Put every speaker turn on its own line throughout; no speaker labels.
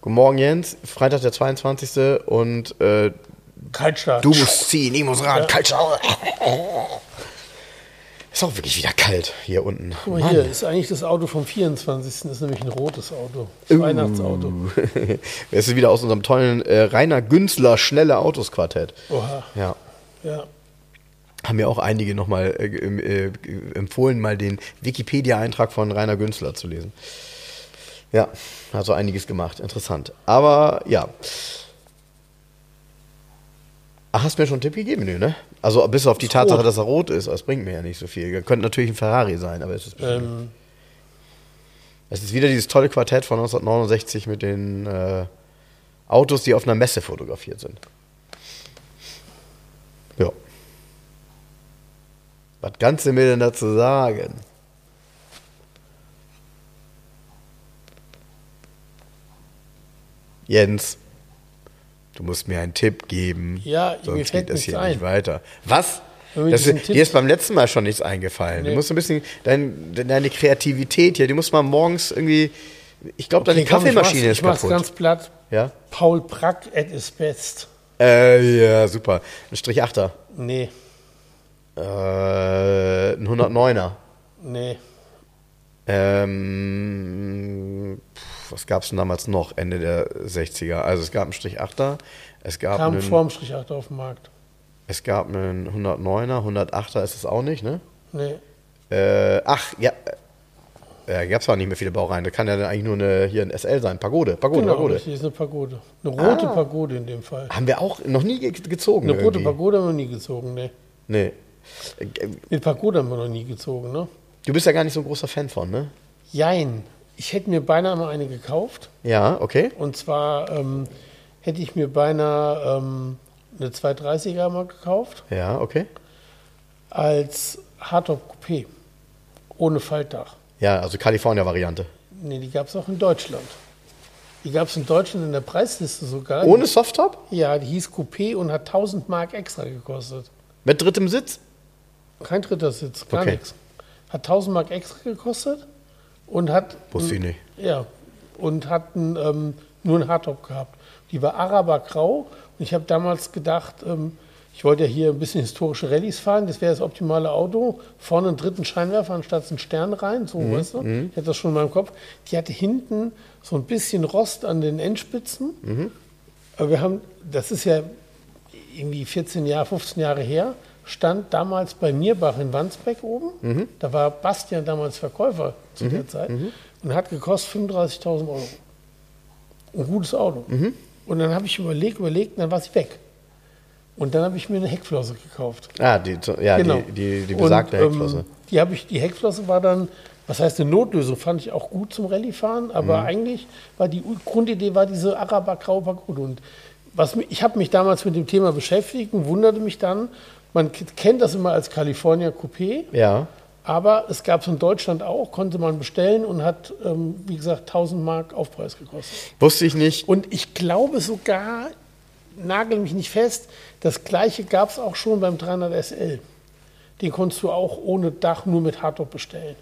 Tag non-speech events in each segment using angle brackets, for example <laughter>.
Guten Morgen, Jens. Freitag der 22. und äh,
Kaltstart.
du musst ziehen, ich muss ran. Kalt schauen. Ist auch wirklich wieder kalt hier unten.
Guck mal, hier ist eigentlich das Auto vom 24. ist nämlich ein rotes Auto.
Äh.
Das Weihnachtsauto.
<laughs> Es ist wieder aus unserem tollen äh, Rainer Günzler Schnelle Autos Quartett.
Oha.
Ja.
Ja.
Haben ja auch einige nochmal äh, ge- äh, ge- empfohlen, mal den Wikipedia-Eintrag von Rainer Günzler zu lesen. Ja, hat so einiges gemacht. Interessant. Aber ja. Ach, hast mir schon einen Tipp gegeben, Nö, ne? Also bis auf die Tatsache,
rot.
dass er rot ist. Das bringt mir ja nicht so viel. Könnte natürlich ein Ferrari sein, aber es ist bestimmt
Ähm,
Es ist wieder dieses tolle Quartett von 1969 mit den äh, Autos, die auf einer Messe fotografiert sind. Ja. Was kannst du mir denn dazu sagen? Jens, du musst mir einen Tipp geben.
Ja, mir
sonst
fällt
geht das
nichts
hier
ein.
nicht weiter. Was?
Wenn wir
Das,
diesen
ist-
Tipp-
dir ist beim letzten Mal schon nichts eingefallen. Du
Nee.
musst ein bisschen dein, deine Kreativität hier, die muss man morgens irgendwie. Ich glaube, deine
okay, komm, ich mach's-
Kaffeemaschine
ich mach's
ist kaputt.
ganz platt.
Ja?
Paul Prack at is best.
Äh, ja, super. Ein Strich 8er.
Nee,
Äh, ein 109er.
nee.
Ähm, pf, was gab es denn damals noch? Ende der 60er. Also es gab einen Strich 8er, es gab
Kam
einen,
vor dem Strich 8 auf den Markt.
es gab einen 109er, 108er ist es auch nicht, ne?
Nee.
Äh, ach, ja. Äh, gab es auch nicht mehr viele Baureihen. Da kann ja dann eigentlich nur eine, hier ein SL sein. Pagode, Pagode,
Genau,
Pagode.
richtig, ist eine Pagode. Eine rote Pagode in dem Fall.
Haben wir auch noch nie ge gezogen.
Eine rote
Ah. irgendwie.
Pagode haben wir nie gezogen, ne.
Nee. Äh,
Den Pagode haben wir noch nie gezogen, ne?
Du bist ja gar nicht so ein großer Fan von, ne?
Jein. Ich hätte mir beinahe mal eine gekauft.
Ja, okay.
Und zwar ähm, hätte ich mir beinahe ähm, eine 230er mal gekauft
Ja, okay.
als Hardtop Coupé. Ohne Faltdach.
Ja, also California-Variante.
Nee, die gab es auch in Deutschland. Die gab es in Deutschland in der Preisliste sogar.
Ohne Softtop?
Ja, die hieß Coupé und hat 1000 Mark extra gekostet.
Mit drittem Sitz?
Kein dritter Sitz, gar
Okay.
nichts. Hat 1000 Mark extra gekostet und hat.
Wusste ich nicht.
Ja, und hat ein, ähm, nur einen Hardtop gehabt. Die war arabergrau und ich habe damals gedacht, ähm, ich wollte ja hier ein bisschen historische Rallyes fahren, das wäre das optimale Auto. Vorne einen dritten Scheinwerfer anstatt einen Stern rein, so weißt du. Ich hatte das schon in meinem Kopf. Die hatte hinten so ein bisschen Rost an den Endspitzen. Aber wir haben, das ist ja irgendwie 14 Jahre, 15 Jahre her, stand damals bei Mirbach in Wandsbek oben. Da war Bastian damals Verkäufer zu der Zeit und hat gekostet 35.000 Euro. Ein gutes Auto. Und dann habe ich überlegt, überlegt, und dann war sie weg. Und dann habe ich mir eine Heckflosse gekauft.
Ah, die, ja,
Genau.
die, die, die besagte
Und, ähm,
Heckflosse.
Die, hab ich, die Heckflosse war dann, was heißt eine Notlösung, fand ich auch gut zum Rallye-Fahren, aber
Mhm.
eigentlich war die U- Grundidee war diese Araber-Graue Pagode. Und was, mi- ich habe mich damals mit dem Thema beschäftigt und wunderte mich dann, man k- kennt das immer als California Coupé,
ja.
aber es gab es in Deutschland auch, konnte man bestellen und hat, ähm, wie gesagt, 1000 Mark Aufpreis gekostet.
Wusste ich nicht.
Und ich glaube sogar, nagel mich nicht fest, das gleiche gab es auch schon beim 300 SL. Den konntest du auch ohne Dach nur mit Hardtop bestellen.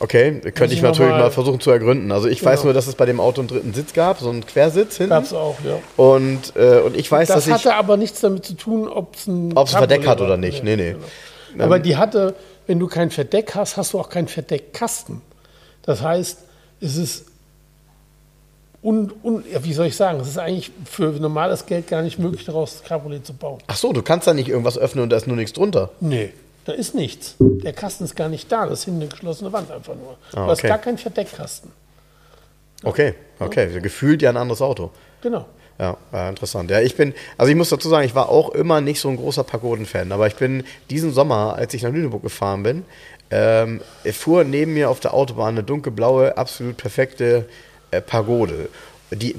Okay, könnte ich
ich
natürlich
noch
mal,
mal-
versuchen zu ergründen. Also ich weiß
Genau.
nur, dass es bei dem Auto einen dritten Sitz gab, so einen Quersitz hinten.
Gab es auch, ja.
Und, äh, und ich Mhm. weiß,
Das
dass ich...
hatte aber nichts damit zu tun, ob es ein,
Ob's ein
Cabriolet
Verdeck hat
war.
oder nicht. Nee, nee. Ähm,
Genau. Aber die hatte, wenn du kein Verdeck hast, hast du auch keinen Verdeckkasten. Das heißt, es ist un, un, ja, wie soll ich sagen, es ist eigentlich für normales Geld gar nicht möglich, daraus ein Cabriolet zu bauen.
Ach so, du kannst da nicht irgendwas öffnen und da ist nur nichts drunter.
Nee, da ist nichts. Der Kasten ist gar nicht da. Das ist hinten eine geschlossene Wand einfach nur.
Ah,
Du hast
okay.
gar keinen Verdeckkasten.
Okay, okay. Gefühlt ja ein anderes Auto.
Genau.
Ja, ja, interessant. Ja, ich bin, also ich muss dazu sagen, ich war auch immer nicht so ein großer Pagoden-Fan, aber ich bin diesen Sommer, als ich nach Lüneburg gefahren bin, ähm, fuhr neben mir auf der Autobahn eine dunkelblaue, absolut perfekte äh, Pagode. Die,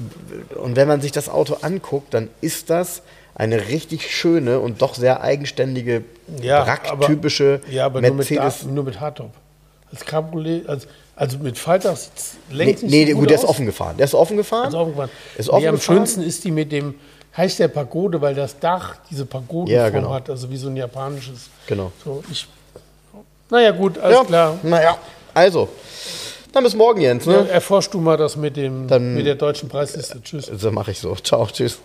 und wenn man sich das Auto anguckt, dann ist das eine richtig schöne und doch sehr eigenständige,
Ja,
bracktypische
aber, ja, aber
Mercedes.
Nur, mit, nur mit Hardtop. Als Cabriolet, als, also mit Freitags
Nee,
längst nicht
nee
so
gut, der ist
aus.
offen gefahren. Der ist offen gefahren.
Ist offen gefahren.
Ist
nee,
offen
am
gefahren.
schönsten ist die mit dem, heißt der Pagode, weil das Dach diese Pagodenform
Ja, genau.
hat, also wie so ein japanisches.
Genau.
So, ich, naja, gut, alles klar.
Naja, also. Dann bis morgen, Jens.
Ja,
Ne?
erforsch du mal das mit, dem,
Dann-
mit der deutschen Preisliste. Tschüss.
So mache ich so. Ciao, tschüss.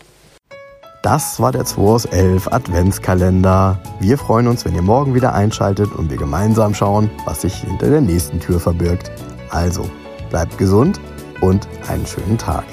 Das war der 2 aus 11 Adventskalender. Wir freuen uns, wenn ihr morgen wieder einschaltet und wir gemeinsam schauen, was sich hinter der nächsten Tür verbirgt. Also, bleibt gesund und einen schönen Tag.